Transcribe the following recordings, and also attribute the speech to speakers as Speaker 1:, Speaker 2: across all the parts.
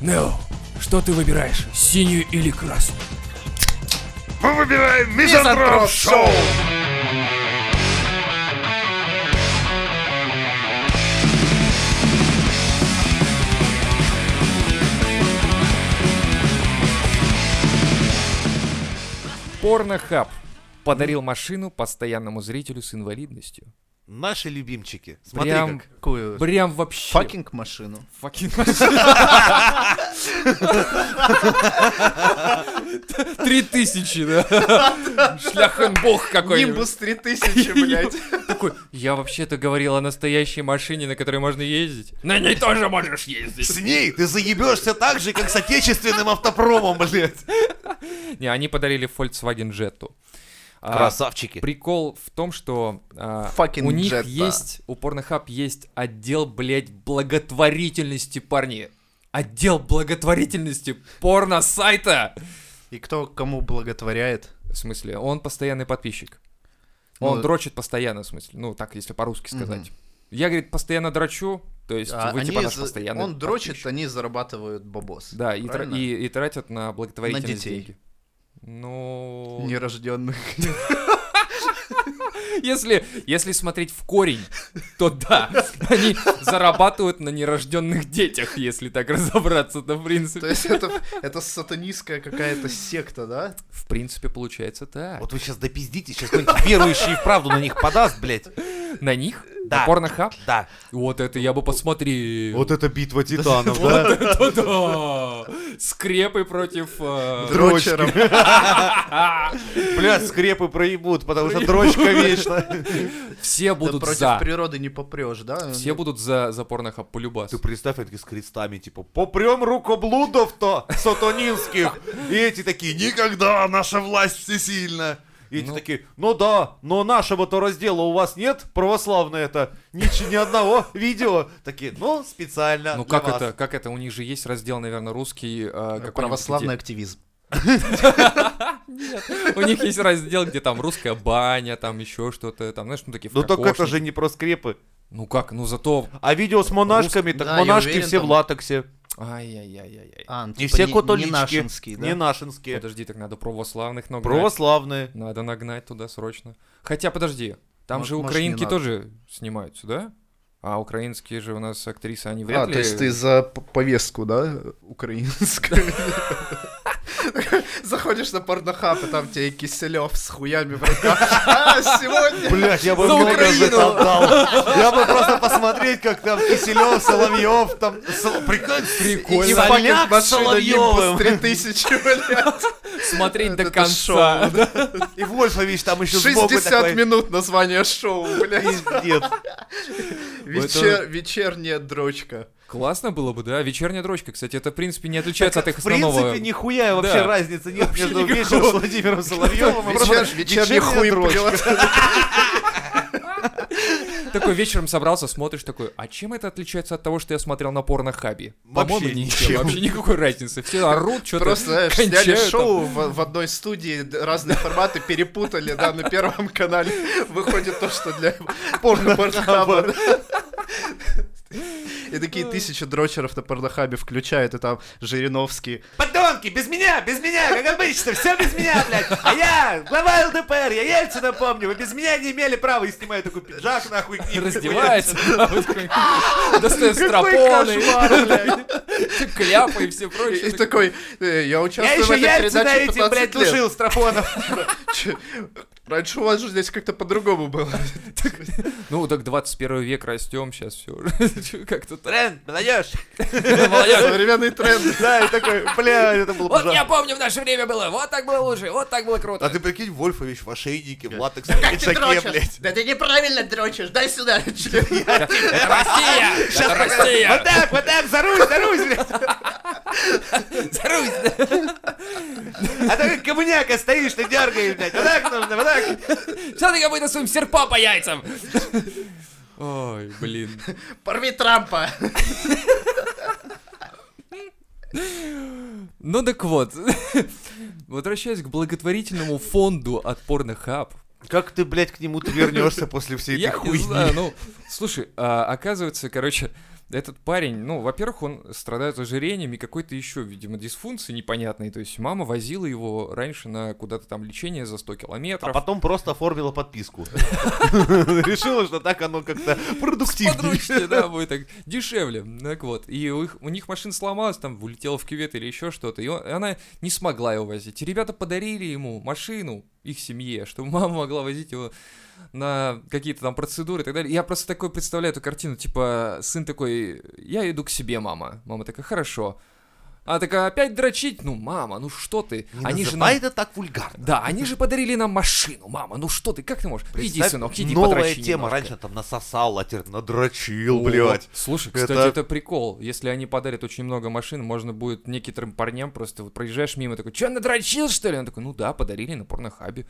Speaker 1: Нео, что ты выбираешь, синюю или красную?
Speaker 2: Мы выбираем
Speaker 3: Мизантроп
Speaker 2: Мизантроп Шоу!
Speaker 1: Порнохаб подарил машину постоянному зрителю с инвалидностью.
Speaker 2: Наши любимчики. Смотри
Speaker 1: Прям-
Speaker 2: как.
Speaker 3: Какую?
Speaker 1: Прям вообще.
Speaker 3: Факинг машину.
Speaker 1: Факинг машина. Три тысячи, да? Шляхенбог какой-нибудь.
Speaker 3: Нимбус 3000, блядь.
Speaker 1: Такой, я вообще-то говорил о настоящей машине, на которой можно ездить. На ней тоже можешь ездить.
Speaker 2: С ней ты заебешься так же, как с отечественным автопромом, блядь.
Speaker 1: Не, они подарили Volkswagen Jetta. А,
Speaker 2: Красавчики.
Speaker 1: Прикол в том, что а,
Speaker 3: Fucking
Speaker 1: у них
Speaker 3: Jetta.
Speaker 1: есть, у Pornhub есть отдел, блядь, благотворительности, парни. Отдел благотворительности порно-сайта.
Speaker 3: И кто кому благотворяет?
Speaker 1: В смысле, он постоянный подписчик.
Speaker 3: Ну,
Speaker 1: он дрочит постоянно, в смысле. Ну, так, если по-русски сказать. Я, говорит, постоянно дрочу, то есть
Speaker 3: а,
Speaker 1: вы
Speaker 3: они
Speaker 1: типа наш
Speaker 3: за-
Speaker 1: постоянный
Speaker 3: Он дрочит,
Speaker 1: подписчик.
Speaker 3: они зарабатывают бабос.
Speaker 1: Да, и, тра-
Speaker 3: Правильно?
Speaker 1: и- и тратят на благотворительность
Speaker 3: На детей.
Speaker 1: деньги. Ну...
Speaker 3: Нерожденных.
Speaker 1: Если, если смотреть в корень, то да, они зарабатывают на нерожденных детях, если так разобраться, то в
Speaker 3: То
Speaker 1: принципе.
Speaker 3: есть это, это сатанистская какая-то секта, да?
Speaker 1: В принципе, получается так.
Speaker 2: Вот вы сейчас допиздите, сейчас кто-нибудь верующий и вправду на них подаст, блядь.
Speaker 1: На них?
Speaker 2: Да.
Speaker 1: На порнохаб?
Speaker 2: Да.
Speaker 1: Вот это я бы посмотрел.
Speaker 2: это битва титанов, да?
Speaker 1: это да! Скрепы против... э,
Speaker 3: Дрочером.
Speaker 2: Блядь, скрепы проебут, потому что дрочка вечно.
Speaker 1: Все
Speaker 3: Да
Speaker 1: будут
Speaker 3: против
Speaker 1: за.
Speaker 3: природы не попрешь, да?
Speaker 1: Все будут за, за порнохаб полюбас.
Speaker 2: Ты представь, они такие с крестами, типа, попрем рукоблудов-то сатанинских. И эти такие, никогда наша власть всесильна. И эти
Speaker 1: Ну.
Speaker 2: такие, ну да, но нашего-то раздела у вас нет, православное это ни, ч- ни одного видео. Такие, ну, специально
Speaker 1: Ну
Speaker 2: для
Speaker 1: как
Speaker 2: вас». Ну,
Speaker 1: это, как это, у них же есть раздел, наверное, русский... э, какой-нибудь,
Speaker 3: Православный активизм.
Speaker 1: где- У них есть раздел, где там русская баня, там еще что-то, там, знаешь, ну такие
Speaker 2: Ну так это
Speaker 1: вкакошники.
Speaker 2: же не про скрепы.
Speaker 1: Ну как, ну зато...
Speaker 2: А видео с монашками, так
Speaker 3: Да, я
Speaker 2: монашки
Speaker 3: уверен,
Speaker 2: все
Speaker 3: там-
Speaker 2: в латексе.
Speaker 1: Ай-яй-яй-яй-яй.
Speaker 3: А, ну,
Speaker 2: И
Speaker 3: типа
Speaker 2: все
Speaker 3: не-
Speaker 2: католички.
Speaker 3: Не нашинский, да?
Speaker 2: Не нашинские.
Speaker 1: Подожди, так надо православных нагнать.
Speaker 2: Православные.
Speaker 1: Надо нагнать туда срочно. Хотя, подожди, там
Speaker 3: Может,
Speaker 1: же
Speaker 3: может,
Speaker 1: украинки
Speaker 3: не надо.
Speaker 1: тоже снимаются, да? А украинские же у нас актрисы, они вряд
Speaker 3: А,
Speaker 1: ли...
Speaker 3: то есть ты за п- повестку, да, украинскую? Заходишь на порнохаб, и там тебе Киселев с хуями в руках. А, сегодня...
Speaker 2: Блять, я бы
Speaker 1: За
Speaker 2: много
Speaker 1: Украину!
Speaker 2: за это отдал. Я бы просто посмотреть, как там Киселев, Соловьев, там... Сол- Прикольно.
Speaker 1: Прикольно.
Speaker 2: И
Speaker 1: Санек
Speaker 2: поляк
Speaker 3: машина
Speaker 2: с
Speaker 3: Нимбус
Speaker 2: Соловьевым.
Speaker 3: 3000, блядь.
Speaker 1: Смотреть до
Speaker 3: Это
Speaker 1: конца.
Speaker 2: И Вольфович там еще сбоку
Speaker 3: 60
Speaker 2: такой.
Speaker 3: минут название шоу, блядь.
Speaker 2: Пиздец.
Speaker 3: Вечер- Вечерняя дрочка.
Speaker 1: Классно было бы, да? Вечерняя дрочка, кстати, это, в принципе, не отличается от их
Speaker 2: В
Speaker 1: основного...
Speaker 2: принципе, нихуя вообще
Speaker 1: Да.
Speaker 2: разницы нет
Speaker 1: Вообще
Speaker 2: между
Speaker 1: никакого.
Speaker 2: вечером с Владимиром Соловьевым и просто
Speaker 3: Вечер- Вечерний хуй
Speaker 2: вечерняя дрочка.
Speaker 3: прёт.
Speaker 1: Такой вечером собрался, смотришь, такой, а чем это отличается от того, что я смотрел на порнохабе?
Speaker 2: Вообще
Speaker 1: По-моему, ничем,
Speaker 2: ничем.
Speaker 1: вообще никакой разницы. Все орут, что-то
Speaker 3: Просто, знаешь, сняли
Speaker 1: кончают там.
Speaker 3: шоу в, в одной студии, д- разные форматы перепутали, да, на первом канале выходит то, что для порнохаба. И такие тысячи дрочеров на порнохабе включают, и там Жириновский.
Speaker 2: Подонки, без меня, без меня, как обычно, все без меня, блядь. А я глава ЛДПР, я Ельцина помню, вы без меня не имели права. И снимаю такой «А, пиджак, нахуй. и
Speaker 1: раздевается, да, вот как- достает
Speaker 3: Какой
Speaker 1: стропоны,
Speaker 3: кошмар, блядь.
Speaker 1: кляпы и все прочее.
Speaker 3: И такой, «Э, я
Speaker 2: Я
Speaker 3: участвую в
Speaker 2: еще
Speaker 3: этой
Speaker 2: Ельцина
Speaker 3: передаче
Speaker 2: этим,
Speaker 3: 15
Speaker 2: блядь,
Speaker 3: лет.
Speaker 2: душил, Страпонов.
Speaker 3: Че, Раньше у вас же здесь как-то по-другому было.
Speaker 1: Ну, так 21 век растем, сейчас все. Как-то так.
Speaker 2: Тренд, молодежь.
Speaker 1: Молодёжь.
Speaker 3: Современный тренд.
Speaker 2: Да, и такой, бля, это было
Speaker 1: Вот я
Speaker 2: пожар.
Speaker 1: помню, в наше время было, вот так было лучше, вот так было круто.
Speaker 2: А ты прикинь, Вольфович в ошейнике, в латексном пиджаке, блядь.
Speaker 3: Да ты неправильно дрочишь, дай сюда.
Speaker 1: Это Россия! Это
Speaker 2: Вот
Speaker 1: Россия!
Speaker 2: так, вот так, за Русь, за Русь, блядь.
Speaker 1: За Русь!
Speaker 2: А то как коммуняка стоишь, ты дергаешь, блядь. Вот так нужно, вот так.
Speaker 1: Что ты какой-то своим серпа по яйцам? Ой, блин.
Speaker 3: Порви Трампа.
Speaker 1: Ну так вот. Возвращаясь к благотворительному фонду от Порнохаб,
Speaker 2: Как ты, блядь, к нему ты вернешься после всей
Speaker 1: Я не знаю, ну, слушай, а, ну, оказывается, короче, этот парень, ну, во-первых, он страдает ожирением и какой-то еще, видимо, дисфункцией непонятной. То есть мама возила его раньше на куда-то там лечение за 100 километров.
Speaker 2: А потом просто оформила подписку. Решила, что так оно как-то
Speaker 1: Подручнее,
Speaker 2: продуктивнее.
Speaker 1: да, будет так дешевле. Так вот. И у, их- у них машина сломалась, там улетела в кювет или еще что-то. И, он- и она не смогла его возить. И ребята подарили ему машину, их семье, чтобы мама могла возить его на какие-то там процедуры и так далее. Я просто такой представляю эту картину, типа, сын такой, я иду к себе, мама. Мама такая, хорошо. А такая, опять дрочить? Ну, мама, ну что ты?
Speaker 2: Не
Speaker 1: Они же
Speaker 2: называй
Speaker 1: нам-
Speaker 2: это так вульгарно.
Speaker 1: Да, они же подарили нам машину, мама, ну что ты, как ты можешь? иди,
Speaker 2: Представь,
Speaker 1: сынок, иди
Speaker 2: Новая
Speaker 1: подрочи
Speaker 2: тема.
Speaker 1: немножко».
Speaker 2: Раньше там насосал, а теперь надрочил,
Speaker 1: О,
Speaker 2: блядь.
Speaker 1: Слушай,
Speaker 2: Это-
Speaker 1: кстати, это... прикол. Если они подарят очень много машин, можно будет некоторым парням просто вот проезжаешь мимо, такой, что, надрочил, что ли? Он такой, ну да, подарили на порнохабе.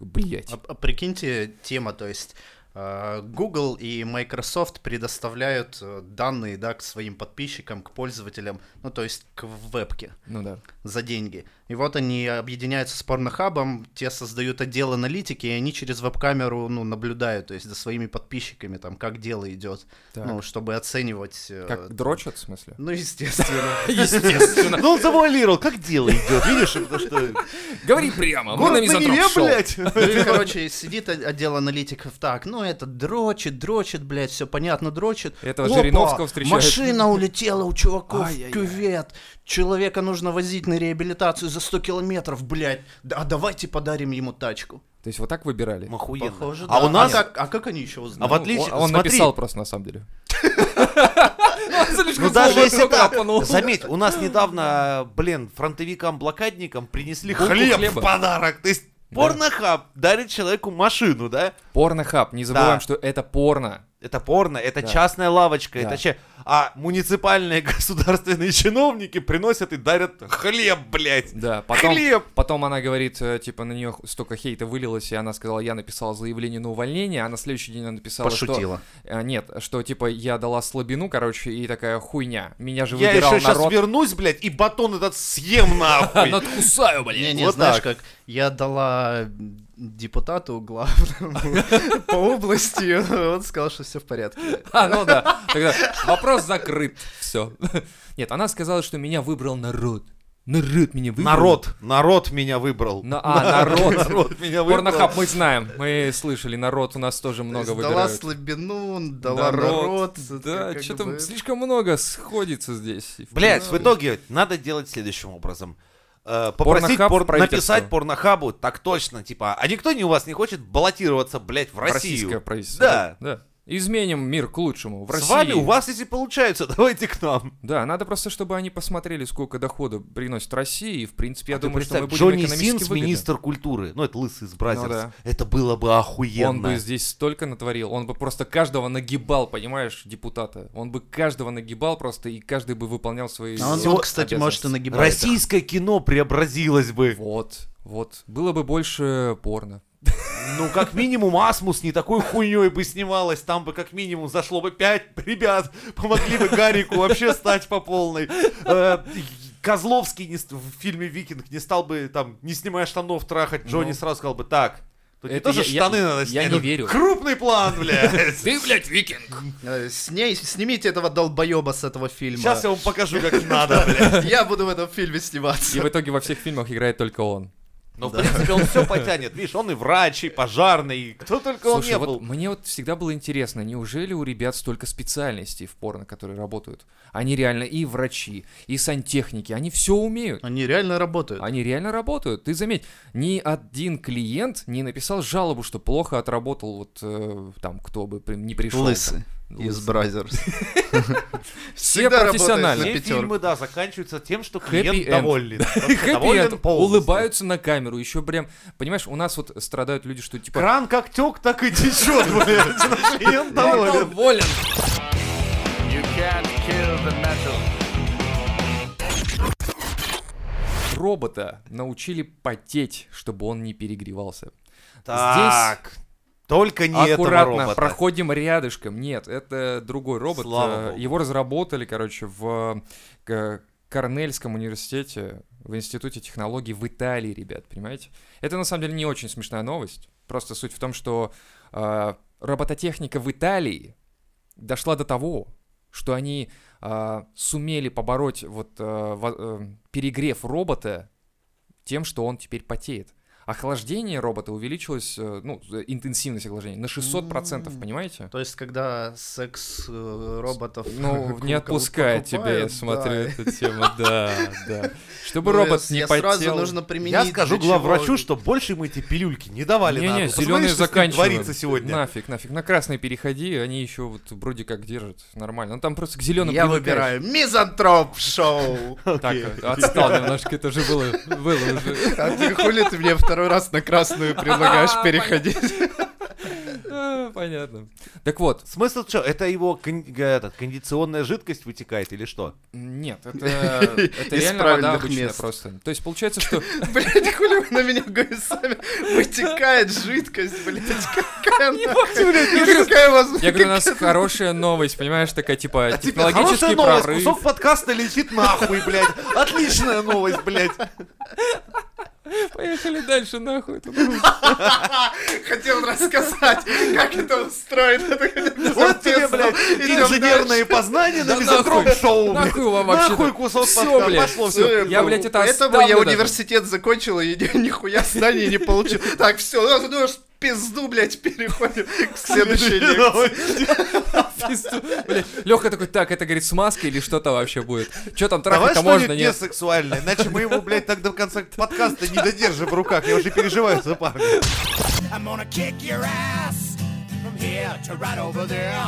Speaker 1: Блять.
Speaker 3: А- а Прикиньте, тема, то есть э, Google и Microsoft предоставляют э, данные да, к своим подписчикам, к пользователям, ну то есть к вебке
Speaker 1: Ну да.
Speaker 3: за деньги. И вот они объединяются с порнохабом, те создают отдел аналитики, и они через веб-камеру ну, наблюдают, то есть за своими подписчиками, там, как дело идет,
Speaker 1: Так.
Speaker 3: ну, чтобы оценивать... э,
Speaker 1: как дрочат, в смысле?
Speaker 3: Ну, естественно.
Speaker 1: Естественно.
Speaker 2: Ну он завуалировал, как дело идет, видишь, потому что...
Speaker 1: Говори прямо. Мы
Speaker 2: Город
Speaker 1: А на
Speaker 2: на
Speaker 1: мизантроп
Speaker 2: Неве,
Speaker 1: шоу.
Speaker 2: блядь.
Speaker 3: Ну И, короче, сидит о- отдел аналитиков так, ну это дрочит, дрочит, блядь, все понятно, дрочит.
Speaker 1: Этого
Speaker 3: Опа,
Speaker 1: Жириновского встречают.
Speaker 3: Машина улетела у чуваков в
Speaker 1: Ай-яй-яй.
Speaker 3: кювет. Человека нужно возить на реабилитацию за 100 километров, блядь. Да, а давайте подарим ему тачку.
Speaker 1: То есть вот так выбирали. Ну,
Speaker 3: Похоже,
Speaker 2: А
Speaker 3: да.
Speaker 2: у нас...
Speaker 3: как, а как они еще узнали?
Speaker 2: А в отличие-
Speaker 1: Он, он
Speaker 2: смотри.
Speaker 1: написал просто на самом деле.
Speaker 2: Ну даже если так, заметь, у нас недавно, блин, фронтовикам-блокадникам принесли
Speaker 1: Булку
Speaker 2: хлеб
Speaker 1: хлеба.
Speaker 2: в подарок. То есть порнохаб дарит человеку машину, да?
Speaker 1: Порнохаб, не забываем,
Speaker 2: Да.
Speaker 1: что это порно.
Speaker 2: Это порно, это
Speaker 1: Да.
Speaker 2: частная лавочка,
Speaker 1: Да.
Speaker 2: это че... А муниципальные государственные чиновники приносят и дарят хлеб, блядь.
Speaker 1: Да, потом,
Speaker 2: Хлеб!
Speaker 1: потом она говорит, э, типа, на нее столько хейта вылилось, и она сказала, я написала заявление на увольнение, а на следующий день она написала,
Speaker 3: Пошутила.
Speaker 1: что... э, Нет, что, типа, я дала слабину, короче, и такая хуйня. Меня же
Speaker 2: Я
Speaker 1: выбирал
Speaker 2: еще сейчас
Speaker 1: народ. А, ну,
Speaker 2: вернусь, блядь, и батон этот съем нахуй.
Speaker 1: Надкусаю, блин.
Speaker 3: Не-не,
Speaker 2: Вот
Speaker 3: знаешь как,
Speaker 2: так.
Speaker 3: я дала депутату главному по области, он сказал, что все в порядке.
Speaker 1: А, ну да. Тогда вопрос закрыт. Все. Нет, она сказала, что меня выбрал народ. Народ меня выбрал.
Speaker 2: Народ, народ меня выбрал.
Speaker 1: На- а, народ.
Speaker 2: Народ меня выбрал.
Speaker 1: Порнохаб мы знаем, мы слышали, народ у нас тоже много
Speaker 3: То есть Дала
Speaker 1: выбирают.
Speaker 3: слабину, дала
Speaker 1: Народ,
Speaker 3: рот.
Speaker 1: Да,
Speaker 3: как
Speaker 1: что-то
Speaker 3: бы-
Speaker 1: слишком много сходится здесь. И, в
Speaker 2: Блять, в
Speaker 1: принципе,
Speaker 2: итоге надо делать следующим образом. Э, Попросить
Speaker 1: Порнохаб
Speaker 2: пор-
Speaker 1: правительству.
Speaker 2: написать порнохабу, так точно, типа, а никто не у вас не хочет баллотироваться, блять, в
Speaker 1: Российское
Speaker 2: Россию.
Speaker 1: правительство.
Speaker 2: Да.
Speaker 1: Да. Изменим мир к лучшему. В
Speaker 2: С
Speaker 1: России.
Speaker 2: вами у вас если получается, давайте к нам.
Speaker 1: Да, надо просто, чтобы они посмотрели, сколько дохода приносит России. И, в принципе, я
Speaker 2: А ты
Speaker 1: думаю, что мы
Speaker 2: представь,
Speaker 1: будем
Speaker 2: Джонни
Speaker 1: экономически
Speaker 2: Синс,
Speaker 1: выгодны.
Speaker 2: министр культуры, ну это лысый из Бразерс,
Speaker 1: да.
Speaker 2: это было бы охуенно.
Speaker 1: Он бы здесь столько натворил, он бы просто каждого нагибал, понимаешь, депутата. Он бы каждого нагибал просто, и каждый бы выполнял свои...
Speaker 3: А он,
Speaker 1: э,
Speaker 3: он, кстати, может
Speaker 1: обязанности.
Speaker 3: и нагибает.
Speaker 2: Российское кино преобразилось бы.
Speaker 1: Вот, вот. Было бы больше порно.
Speaker 2: Ну, как минимум, Асмус не такой хуйней бы снималась. Там бы как минимум зашло бы пять ребят. Помогли бы Гарику вообще стать по полной. Э, Козловский не ст- в фильме «Викинг» не стал бы, там, не снимая штанов, трахать. Джонни
Speaker 1: Ну.
Speaker 2: сразу сказал бы, так, тут не
Speaker 1: Это
Speaker 2: то, что
Speaker 1: я- я-
Speaker 2: штаны надо
Speaker 1: я
Speaker 2: снять.
Speaker 1: не
Speaker 2: тут
Speaker 1: верю.
Speaker 2: Крупный план, блядь.
Speaker 1: Ты, блядь, викинг!
Speaker 3: Э, С ней, снимите этого долбоеба с этого фильма.
Speaker 2: Сейчас я вам покажу, как надо, блядь.
Speaker 3: Я буду в этом фильме
Speaker 1: И
Speaker 3: сниматься.
Speaker 1: в итоге во всех фильмах играет только он.
Speaker 2: Но, в принципе, он все потянет. Видишь, он и врач, и пожарный, и кто только он
Speaker 1: Слушай,
Speaker 2: не
Speaker 1: вот
Speaker 2: был.
Speaker 1: мне вот всегда было интересно, неужели у ребят столько специальностей в порно, которые работают? Они реально и врачи, и сантехники, они все умеют.
Speaker 3: Они реально работают.
Speaker 1: Они реально работают. Ты заметь, ни один клиент не написал жалобу, что плохо отработал вот э, там кто бы при- не пришел.
Speaker 3: Лысы из
Speaker 1: Лысый.
Speaker 3: Бразерс.
Speaker 1: Все
Speaker 3: Всегда работают
Speaker 1: профессионально.
Speaker 3: на
Speaker 2: Все
Speaker 3: пятерку.
Speaker 2: фильмы, да, заканчиваются тем, что
Speaker 1: Happy
Speaker 2: клиент
Speaker 1: end.
Speaker 2: доволен.
Speaker 1: Хэппи-энд.
Speaker 2: Доволен полностью.
Speaker 1: улыбаются на камеру, еще прям, понимаешь, у нас вот страдают люди, что типа
Speaker 2: Кран как тек, так и течет, блядь. Клиент
Speaker 1: «Я
Speaker 2: доволен.
Speaker 1: доволен. Робота научили потеть, чтобы он не перегревался.
Speaker 2: Так, только не этого
Speaker 1: Аккуратно,
Speaker 2: робота.
Speaker 1: проходим рядышком. Нет, это другой робот.
Speaker 2: Слава
Speaker 1: Э,
Speaker 2: богу.
Speaker 1: Его разработали, короче, в э, Корнельском университете, в Институте технологий в Италии, ребят, понимаете? Это на самом деле не очень смешная новость. Просто суть в том, что э, робототехника в Италии дошла до того, что они а, сумели побороть вот а, во- э, перегрев робота тем, что он теперь потеет. Охлаждение робота увеличилось, э, ну, э, интенсивность охлаждения на 600%,
Speaker 2: М.
Speaker 1: понимаете?
Speaker 3: То есть, когда секс э, роботов...
Speaker 1: Ну,
Speaker 3: круг
Speaker 1: не отпускает тебя, я
Speaker 3: покупают,
Speaker 1: смотрю,
Speaker 3: да.
Speaker 1: эту тему, да, да. Чтобы
Speaker 3: Ну,
Speaker 1: робот
Speaker 3: с-
Speaker 1: не
Speaker 3: я
Speaker 1: потел.
Speaker 3: сразу нужно применить...
Speaker 2: Я скажу
Speaker 3: для чего-
Speaker 2: главврачу, что больше мы эти пилюльки не давали
Speaker 1: Не,
Speaker 2: на
Speaker 1: не,
Speaker 2: руку. Посмотри,
Speaker 1: зеленые
Speaker 2: что с ним
Speaker 1: заканчиваются
Speaker 2: творится сегодня.
Speaker 1: Нафиг, нафиг. На красный переходи, они еще вот вроде как держат нормально. Ну там просто к зеленым
Speaker 3: Я выбираю мизантроп шоу.
Speaker 1: Так, отстал немножко, это же было, было уже.
Speaker 3: А ты хули ты мне второй раз на красную предлагаешь переходить?
Speaker 1: А, Понятно. Так вот,
Speaker 2: Смысл что? Это его кон- э, этот, кондиционная жидкость вытекает или что?
Speaker 1: нет, это, это
Speaker 3: Из
Speaker 1: реально вода
Speaker 3: правильных
Speaker 1: обычная
Speaker 3: мест.
Speaker 1: просто. То есть получается, что
Speaker 3: Блять, хули вы на меня сами Вытекает жидкость, блять, какая она. Я говорю, какая у вас-
Speaker 1: я говорю, у нас хорошая новость, понимаешь, такая типа
Speaker 2: Тебе А хорошая
Speaker 1: технологический
Speaker 2: новость,
Speaker 1: прорыв.
Speaker 2: кусок подкаста летит нахуй, блядь. Отличная новость, блядь.
Speaker 1: Поехали дальше, нахуй.
Speaker 3: Хотел рассказать, как это устроено.
Speaker 2: Вот тебе, блядь, инженерные познания на
Speaker 1: Да
Speaker 2: мизотроп-шоу, блядь.
Speaker 1: Нахуй вам
Speaker 2: Нахуй
Speaker 1: вообще.
Speaker 2: кусок
Speaker 1: Ну, Всё,
Speaker 2: подкаста.
Speaker 1: блядь.
Speaker 2: Пошло все.
Speaker 1: Я, блядь, это
Speaker 3: Поэтому
Speaker 1: оставлю
Speaker 3: я
Speaker 1: даже.
Speaker 3: Ну, университет закончил и ни- нихуя знаний не получил. Так, все, ну ж пизду, блядь, переходим к следующей лекции.
Speaker 1: Леха такой, так, это, говорит, смазка или что-то вообще будет? Что там
Speaker 2: Давай
Speaker 1: трахать-то
Speaker 2: что-нибудь
Speaker 1: можно, нет?
Speaker 2: несексуальное, иначе мы его, блядь, так до конца подкаста не додержим в руках. Я уже переживаю за парня.
Speaker 4: I'm gonna kick your ass from here to right over there.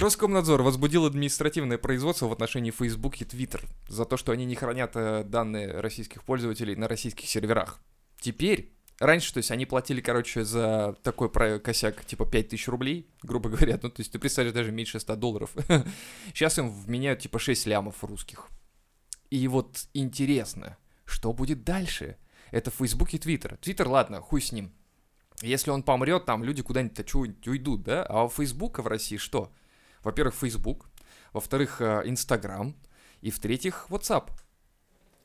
Speaker 1: Роскомнадзор возбудил административное производство в отношении Facebook и Twitter за то, что они не хранят э, данные российских пользователей на российских серверах. Теперь, раньше, то есть они платили, короче, за такой про- косяк типа 5000 рублей, грубо говоря, ну то есть ты представляешь, даже меньше 100 долларов. Сейчас им вменяют типа 6 лямов русских. И вот интересно, что будет дальше? Это Facebook и Twitter. Twitter, ладно, хуй с ним. Если он помрет, там люди куда-нибудь чего уйдут, да? А у Фейсбука в России что? Во-первых, Facebook, во-вторых, э, Instagram, и в-третьих, WhatsApp.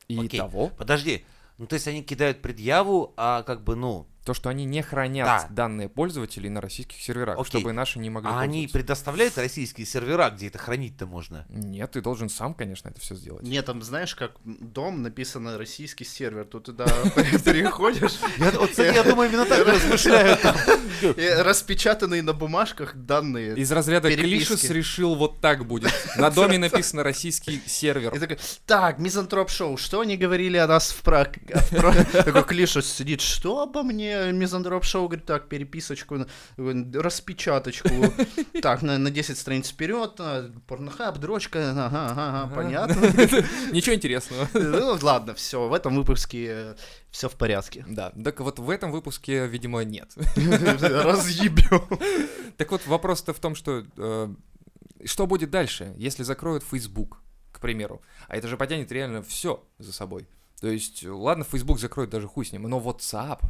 Speaker 1: И
Speaker 2: Окей.
Speaker 1: того,
Speaker 2: Подожди. Ну, то есть они кидают предъяву, а как бы, ну,
Speaker 1: то, что они не хранят
Speaker 2: Да.
Speaker 1: данные пользователей на российских серверах,
Speaker 2: Окей.
Speaker 1: чтобы наши не могли
Speaker 2: а они
Speaker 1: пользоваться.
Speaker 2: предоставляют российские сервера, где это хранить-то можно?
Speaker 1: Нет, ты должен сам, конечно, это все сделать.
Speaker 3: Нет, там, знаешь, как дом написано российский сервер, тут туда переходишь,
Speaker 2: Я, вот, кстати, я думаю, именно так размышляют.
Speaker 3: и распечатанные на бумажках данные.
Speaker 1: Из разряда
Speaker 3: переписки.
Speaker 1: Клишес решил вот так будет. На доме написано российский
Speaker 3: И
Speaker 1: сервер.
Speaker 3: такой, так, мизантроп шоу, что они говорили о нас в прак? Такой клиша сидит, что обо мне? Мизантроп шоу говорит, так, переписочку, э, распечаточку, так, на, на 10 страниц вперед, э, порнохаб, дрочка, ага, ага, ага, понятно.
Speaker 1: Ничего интересного.
Speaker 3: Ну, ладно, все, в этом выпуске все в порядке.
Speaker 1: Да, так вот в этом выпуске, видимо, нет.
Speaker 3: Разъебем.
Speaker 1: Так вот, вопрос-то в том, что э, что будет дальше, если закроют Facebook, к примеру? А это же потянет реально все за собой. То есть, э, ладно, Facebook закроет даже хуй с ним, но WhatsApp,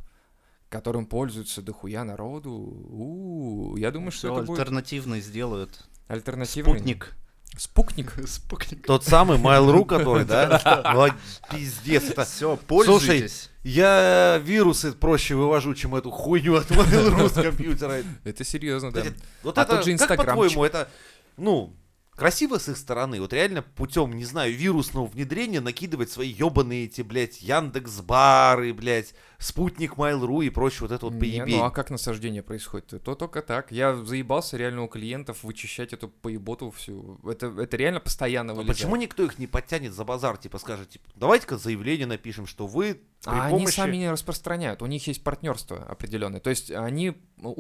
Speaker 1: которым пользуются дохуя народу, у я думаю, что
Speaker 3: Всё,
Speaker 1: это будет
Speaker 3: альтернативный сделают.
Speaker 1: альтернативный...
Speaker 3: Спутник.
Speaker 1: Спутник?
Speaker 3: Спутник.
Speaker 2: Тот самый Mail.ru, который, да? Вот Пиздец, это...
Speaker 3: Все, пользуйтесь.
Speaker 2: Я вирусы проще вывожу, чем эту хуйню от Mail.ru с компьютера.
Speaker 1: Это серьезно, да.
Speaker 2: Кстати, Вот
Speaker 1: А
Speaker 2: это,
Speaker 1: тот же
Speaker 2: как
Speaker 1: Инстаграмчик.
Speaker 2: по-твоему, это, ну, красиво с их стороны, вот реально путем, не знаю, вирусного внедрения накидывать свои ебаные эти, блядь, Яндекс.Бары, блядь, Спутник Mail.ru и прочее вот это вот
Speaker 1: Не,
Speaker 2: поебень.
Speaker 1: ну а как насаждение происходит? То только так. Я заебался реально у клиентов вычищать эту поеботу всю. Это, это реально постоянно
Speaker 2: А
Speaker 1: вылезает.
Speaker 2: почему никто их не подтянет за базар, типа скажет, типа, давайте-ка заявление напишем, что вы при
Speaker 1: А они
Speaker 2: помощи...
Speaker 1: сами не распространяют, у них есть партнерство определенное. То есть они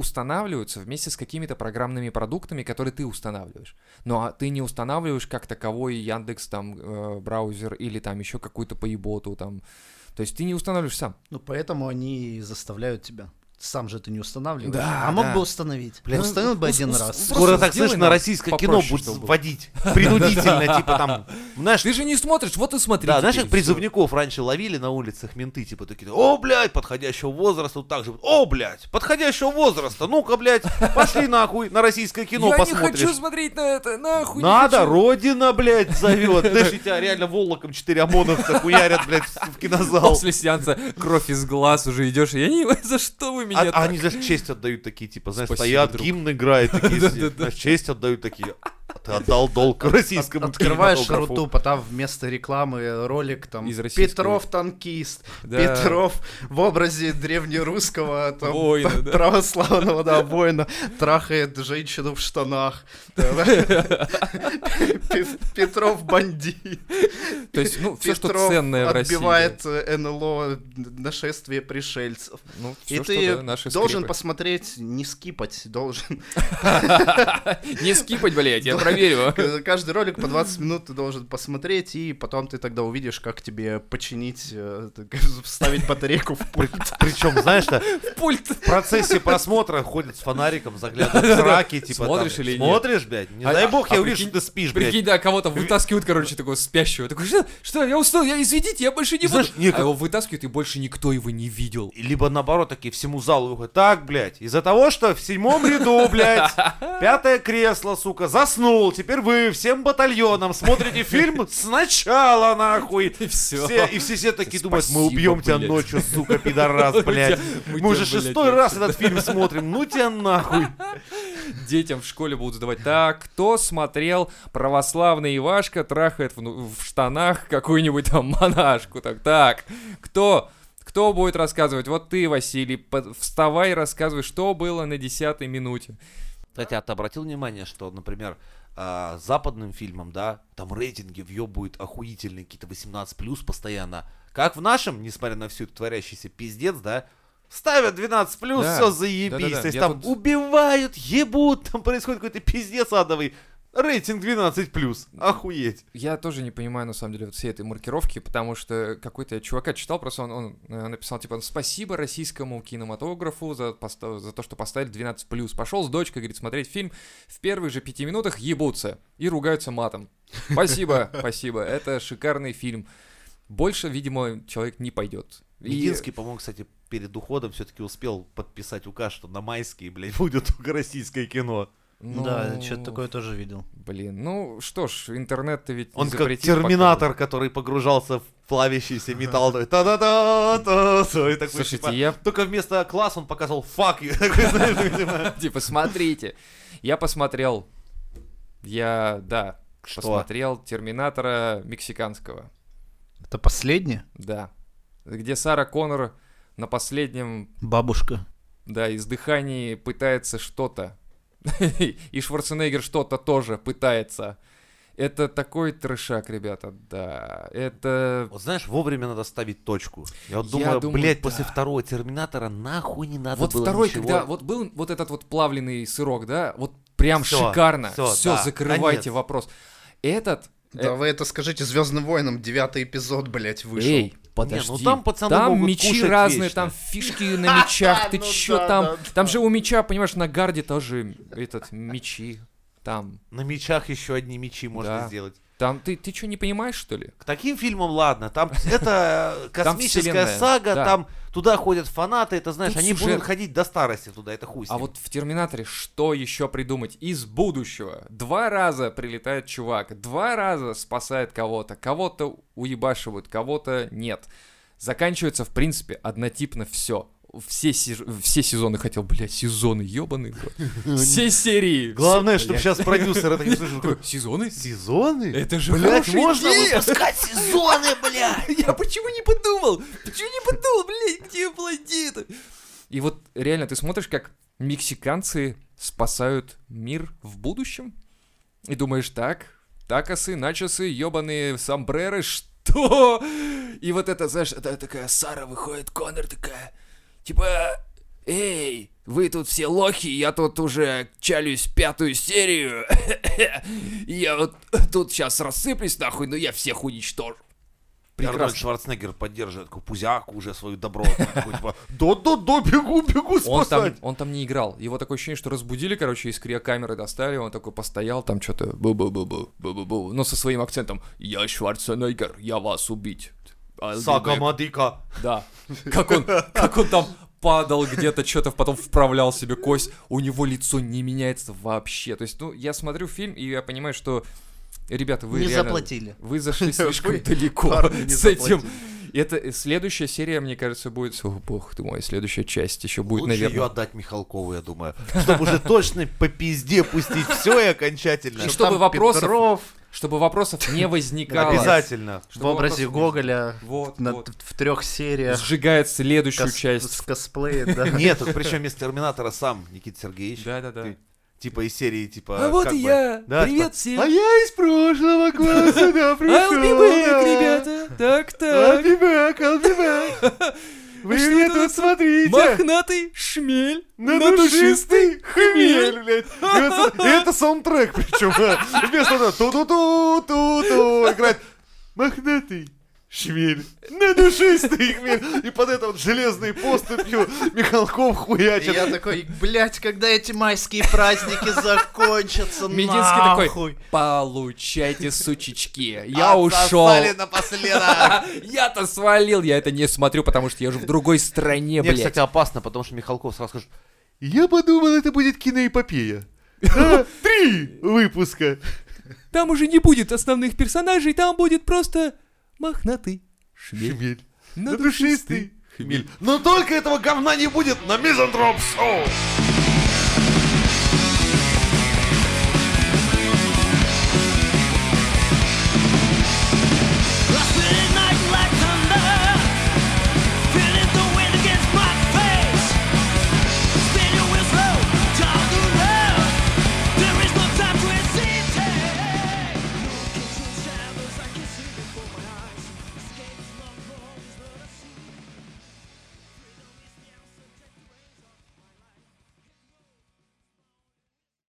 Speaker 1: устанавливаются вместе с какими-то программными продуктами, которые ты устанавливаешь. Но а ты не устанавливаешь как таковой Яндекс там э, браузер или там еще какую-то поеботу там. То есть ты не устанавливаешь сам.
Speaker 3: Ну, поэтому они и заставляют тебя. Сам же ты не устанавливаешь.
Speaker 1: Да,
Speaker 3: а мог
Speaker 1: да.
Speaker 3: бы установить.
Speaker 2: Блин,
Speaker 3: Установил бы
Speaker 1: ус-
Speaker 3: один
Speaker 1: ус-
Speaker 3: раз.
Speaker 1: ус-
Speaker 2: Скоро
Speaker 1: Просто
Speaker 2: так,
Speaker 1: сделай
Speaker 2: слышно, на
Speaker 1: нам
Speaker 2: российское кино
Speaker 1: попроще,
Speaker 2: будет
Speaker 1: чтобы было.
Speaker 2: вводить принудительно, типа там Знаешь,
Speaker 1: Ты же не смотришь, вот и смотри.
Speaker 2: да, знаешь,
Speaker 1: теперь
Speaker 2: как
Speaker 1: всё.
Speaker 2: призывников раньше ловили на улицах менты, типа такие, о, блядь, подходящего возраста, вот так же, о, блядь, подходящего возраста, ну-ка, блядь, пошли нахуй на российское кино
Speaker 1: Я
Speaker 2: посмотришь.
Speaker 1: не хочу смотреть на это, нахуй. не
Speaker 2: Надо,
Speaker 1: хочу.
Speaker 2: родина, блядь, зовет. Знаешь, и тебя реально волоком четыре ОМОНовца хуярят, блядь, в в кинозал.
Speaker 1: После сеанса кровь из глаз уже идешь. Я не понимаю, за что вы меня
Speaker 2: А, а
Speaker 1: так?
Speaker 2: они, знаешь, честь отдают такие, типа, знаешь,
Speaker 1: Спасибо,
Speaker 2: стоят,
Speaker 1: друг.
Speaker 2: гимн играет, такие,
Speaker 1: Да,
Speaker 2: знаешь,
Speaker 1: да, да.
Speaker 2: честь отдают такие. «А Ты отдал долг российскому
Speaker 3: Открываешь
Speaker 2: кинематографу.
Speaker 3: рутуб, а там вместо рекламы ролик там
Speaker 1: Из российского.
Speaker 3: Петров танкист,
Speaker 1: Да.
Speaker 3: Петров в образе древнерусского там,
Speaker 1: Воина,
Speaker 3: п-
Speaker 1: да.
Speaker 3: православного да, воина трахает женщину в штанах. Пе- Петров бандит.
Speaker 1: То есть, ну, все, что
Speaker 3: Петров
Speaker 1: ценное в России.
Speaker 3: отбивает э, НЛО нашествие пришельцев.
Speaker 1: Ну,
Speaker 3: И
Speaker 1: всё, что,
Speaker 3: ты
Speaker 1: да, наши
Speaker 3: должен
Speaker 1: скрепы.
Speaker 3: посмотреть, не скипать, должен.
Speaker 1: Не скипать, блядь, я проверю.
Speaker 3: К- Э, Каждый ролик по 20 минут ты должен посмотреть, и потом ты тогда увидишь, как тебе починить, э, так, вставить батарейку в пульт.
Speaker 2: Причем, знаешь, что
Speaker 1: Пульт.
Speaker 2: в процессе просмотра ходят с фонариком, заглядывают в раки, типа, там,
Speaker 1: Смотришь или нет?
Speaker 2: Смотришь, блядь? Не
Speaker 1: А-
Speaker 2: дай бог,
Speaker 1: а
Speaker 2: я увижу,
Speaker 1: прикинь-
Speaker 2: что ты спишь, блядь.
Speaker 1: Прикинь, да, кого-то вытаскивают, короче, такого спящего. Такой, что, что, я уснул, я, извините, я больше не
Speaker 2: И
Speaker 1: буду.
Speaker 2: знаешь, не-
Speaker 1: А его вытаскивают, и больше никто его не видел.
Speaker 2: Либо наоборот, такие всему залу выходят. Так, блядь, из-за того, что в седьмом ряду, блядь, пятое кресло, сука, заснул. Теперь вы всем батальоном смотрите фильм сначала, нахуй.
Speaker 1: И всё.
Speaker 2: Все, и все, все такие думают, мы
Speaker 1: Спасибо,
Speaker 2: убьем тебя
Speaker 1: блядь.
Speaker 2: ночью, сука, пидорас,
Speaker 1: Мы
Speaker 2: блядь.
Speaker 1: тебя- мы
Speaker 2: Мы
Speaker 1: тебя,
Speaker 2: уже
Speaker 1: блядь,
Speaker 2: шестой раз этот фильм смотрим. Ну тебя нахуй.
Speaker 1: Детям в школе будут задавать. Так, кто смотрел православный Ивашка трахает в, ну- в штанах какую-нибудь там монашку? Так, так, кто? Кто будет рассказывать? Вот ты, Василий, по- вставай и рассказывай, что было на десятой минуте.
Speaker 2: Кстати, а ты обратил внимание, что, например, а, западным фильмам, да, там рейтинги въебывают охуительные, какие-то 18+, постоянно. Как в нашем, несмотря на всю эту творящийся пиздец, да, ставят 12+, плюс,
Speaker 1: Да.
Speaker 2: все заебись.
Speaker 1: Да-да-да,
Speaker 2: То есть
Speaker 1: я
Speaker 2: там
Speaker 1: тут-
Speaker 2: убивают, ебут, там происходит какой-то пиздец адовый. Рейтинг 12+, охуеть.
Speaker 1: Я тоже не понимаю, на самом деле, вот всей этой маркировки, потому что какой-то я чувака читал, просто он, он, э, написал, типа, спасибо российскому кинематографу за, поста- за то, что поставили 12+. Пошел с дочкой, говорит, смотреть фильм, в первых же пяти минутах ебутся и ругаются матом. Спасибо, спасибо, это шикарный фильм. Больше, видимо, человек не пойдет. И-
Speaker 2: Мединский, по-моему, кстати, перед уходом все-таки успел подписать указ, что на майские, блядь, будет только российское кино.
Speaker 1: ну,
Speaker 3: тоже видел.
Speaker 1: Блин, ну что ж, интернет-то ведь не
Speaker 2: Он как
Speaker 1: запретишь
Speaker 2: терминатор,
Speaker 1: пока.
Speaker 2: который погружался в плавящийся металл. такой «Та-да-да, та-та», и такой, типа,
Speaker 1: Слушайте, я
Speaker 2: Только вместо класс он показывал фак. you», такой, знаешь, видимо.
Speaker 1: Типа, смотрите. Я посмотрел. Я, да,
Speaker 2: Что?
Speaker 1: посмотрел Терминатора мексиканского.
Speaker 3: Это последнее?
Speaker 1: Да. Где Сара Коннор на последнем,
Speaker 3: Бабушка.
Speaker 1: да, издыхании пытается что-то. И Шварценеггер что-то тоже пытается. Это такой трешак, ребята, да. Это...
Speaker 2: Вот знаешь, вовремя надо ставить точку. Я вот
Speaker 1: Я
Speaker 2: думаю,
Speaker 1: думаю,
Speaker 2: блядь,
Speaker 1: да.
Speaker 2: после второго Терминатора нахуй не надо
Speaker 1: Вот
Speaker 2: было
Speaker 1: второй,
Speaker 2: ничего.
Speaker 1: когда вот был вот этот вот плавленый сырок, да, вот прям
Speaker 2: Всё,
Speaker 1: шикарно.
Speaker 2: всё,
Speaker 1: Все,
Speaker 2: да,
Speaker 1: закрывайте
Speaker 2: конец.
Speaker 1: вопрос. Этот... э,
Speaker 3: Да вы это скажите Звездным войнам, девятый эпизод, блядь, вышел.
Speaker 1: Эй,
Speaker 2: подожди.
Speaker 1: подожди.
Speaker 2: ну там пацаны могут
Speaker 1: мечи
Speaker 2: кушать
Speaker 1: разные,
Speaker 2: вечно.
Speaker 1: там фишки на мечах, ты
Speaker 3: Ну
Speaker 1: чё
Speaker 3: да,
Speaker 1: там?
Speaker 3: да,
Speaker 1: Там же у меча, понимаешь, на гарде тоже этот мечи. Там,
Speaker 2: На мечах еще одни мечи можно
Speaker 1: Да.
Speaker 2: сделать.
Speaker 1: там, ты, ты что, не понимаешь, что ли?
Speaker 2: К таким фильмам ладно, там это космическая
Speaker 1: вселенная,
Speaker 2: сага,
Speaker 1: да.
Speaker 2: там туда ходят фанаты, это знаешь,
Speaker 1: Тут
Speaker 2: они
Speaker 1: сюжет.
Speaker 2: будут ходить до старости туда, это хуй с
Speaker 1: А
Speaker 2: ним.
Speaker 1: вот в Терминаторе что еще придумать? Из будущего. Два раза прилетает чувак, два раза спасает кого-то, кого-то уебашивают, кого-то нет. Заканчивается, в принципе, однотипно все. Все, сеж- все сезоны, хотел, блядь, сезоны, ебаный. Все серии.
Speaker 2: Главное,
Speaker 1: Всё,
Speaker 2: чтобы
Speaker 1: блядь.
Speaker 2: сейчас продюсер это не слышал. Ну, такой,
Speaker 1: Сезоны?
Speaker 2: Сезоны?
Speaker 1: Это же
Speaker 2: Блять,
Speaker 1: хорошая
Speaker 2: можно
Speaker 1: идея!»
Speaker 2: выпускать сезоны, блядь!
Speaker 1: Я почему не подумал? Почему не подумал, блядь, где планета? И вот реально ты смотришь, как мексиканцы спасают мир в будущем, и думаешь, так, такосы, начосы, ебаные сомбреры, что? И вот это, знаешь, это такая Сара выходит, Коннор такая, типа, эй, вы тут все лохи, я тут уже чалюсь пятую серию, я вот тут сейчас рассыплюсь нахуй, но я всех уничтожу.
Speaker 2: Арнольд
Speaker 1: прекрасно.
Speaker 2: Шварценеггер поддерживает такую пузяку уже свою доброту. Такой, типа, Да-да-да, бегу, бегу
Speaker 1: Он там,
Speaker 2: спасать.
Speaker 1: он там не играл. Его такое ощущение, что разбудили, короче, из камеры достали, он такой постоял, там что-то бу-бу-бу-бу, бу-бу-бу, но со своим акцентом «Я Шварценеггер, я вас убить». I'll be
Speaker 2: Сага
Speaker 1: back».
Speaker 2: Мадыка.
Speaker 1: Да. Как он, как он там падал где-то, что-то потом вправлял себе кость. У него лицо не меняется вообще. То есть, ну, я смотрю фильм, и я понимаю, что, ребята, вы
Speaker 3: Не
Speaker 1: реально-
Speaker 3: заплатили.
Speaker 1: Вы зашли слишком
Speaker 3: Вы,
Speaker 1: далеко
Speaker 3: парни, не
Speaker 1: с этим.
Speaker 3: заплатили.
Speaker 1: Это э, следующая серия, мне кажется, будет... О, бог ты мой, следующая часть еще будет,
Speaker 2: Лучше ее
Speaker 1: наверное.
Speaker 2: отдать Михалкову, я думаю. Чтобы уже точно по пизде пустить все и окончательно.
Speaker 1: И чтобы
Speaker 3: Там
Speaker 1: вопросов-
Speaker 3: Петров
Speaker 1: Чтобы вопросов не возникало.
Speaker 2: Обязательно.
Speaker 1: Чтобы
Speaker 3: в образе
Speaker 1: вопросов не возникало.
Speaker 3: Гоголя
Speaker 1: Вот,
Speaker 3: на-
Speaker 1: вот.
Speaker 3: в трех сериях
Speaker 1: Сжигает следующую
Speaker 3: кос-
Speaker 1: часть.
Speaker 3: с косплеем, да.
Speaker 2: Нет, причем из Терминатора сам Никита Сергеевич.
Speaker 1: Да-да-да.
Speaker 2: Ты- Типа из серии, типа...
Speaker 1: А вот
Speaker 2: как
Speaker 1: и
Speaker 2: бы-
Speaker 1: я.
Speaker 2: Да,
Speaker 1: Привет
Speaker 2: типа,
Speaker 1: всем.
Speaker 2: А я из прошлого класса, да,
Speaker 1: А
Speaker 2: пришел.
Speaker 1: I'll be back,
Speaker 2: да.
Speaker 1: ребята.
Speaker 2: I'll
Speaker 1: Так-так.
Speaker 2: be back, I'll be back. Вы
Speaker 1: А Что
Speaker 2: мне
Speaker 1: это
Speaker 2: тут
Speaker 1: за-
Speaker 2: смотрите.
Speaker 1: Мохнатый шмель
Speaker 2: На
Speaker 1: на
Speaker 2: душистый
Speaker 1: душистый
Speaker 2: хмель,
Speaker 1: хмель.
Speaker 2: блядь. И вот с- и это саундтрек, причем. Вместо того, ту-ту-ту-ту-ту, играет мохнатый шмель. На душистый хмель. И под это вот железной поступью Михалков
Speaker 3: И Я
Speaker 2: хуячит.
Speaker 3: такой, блядь, когда эти майские праздники закончатся,
Speaker 1: Мединский такой,
Speaker 3: нахуй?»
Speaker 1: получайте, сучечки, я ушел.
Speaker 2: Отсосали напоследок.
Speaker 1: Я-то свалил, я это не смотрю, потому что я же в другой стране,
Speaker 2: Мне,
Speaker 1: блядь.
Speaker 2: кстати, опасно, потому что Михалков сразу скажет, я подумал, это будет киноэпопея. Да, Три выпуска.
Speaker 1: Там уже не будет основных персонажей, там будет просто мохнатый шмель
Speaker 2: Хмель.
Speaker 1: на
Speaker 2: На душистый хмель. Но только этого говна не будет на Мизантроп Шоу.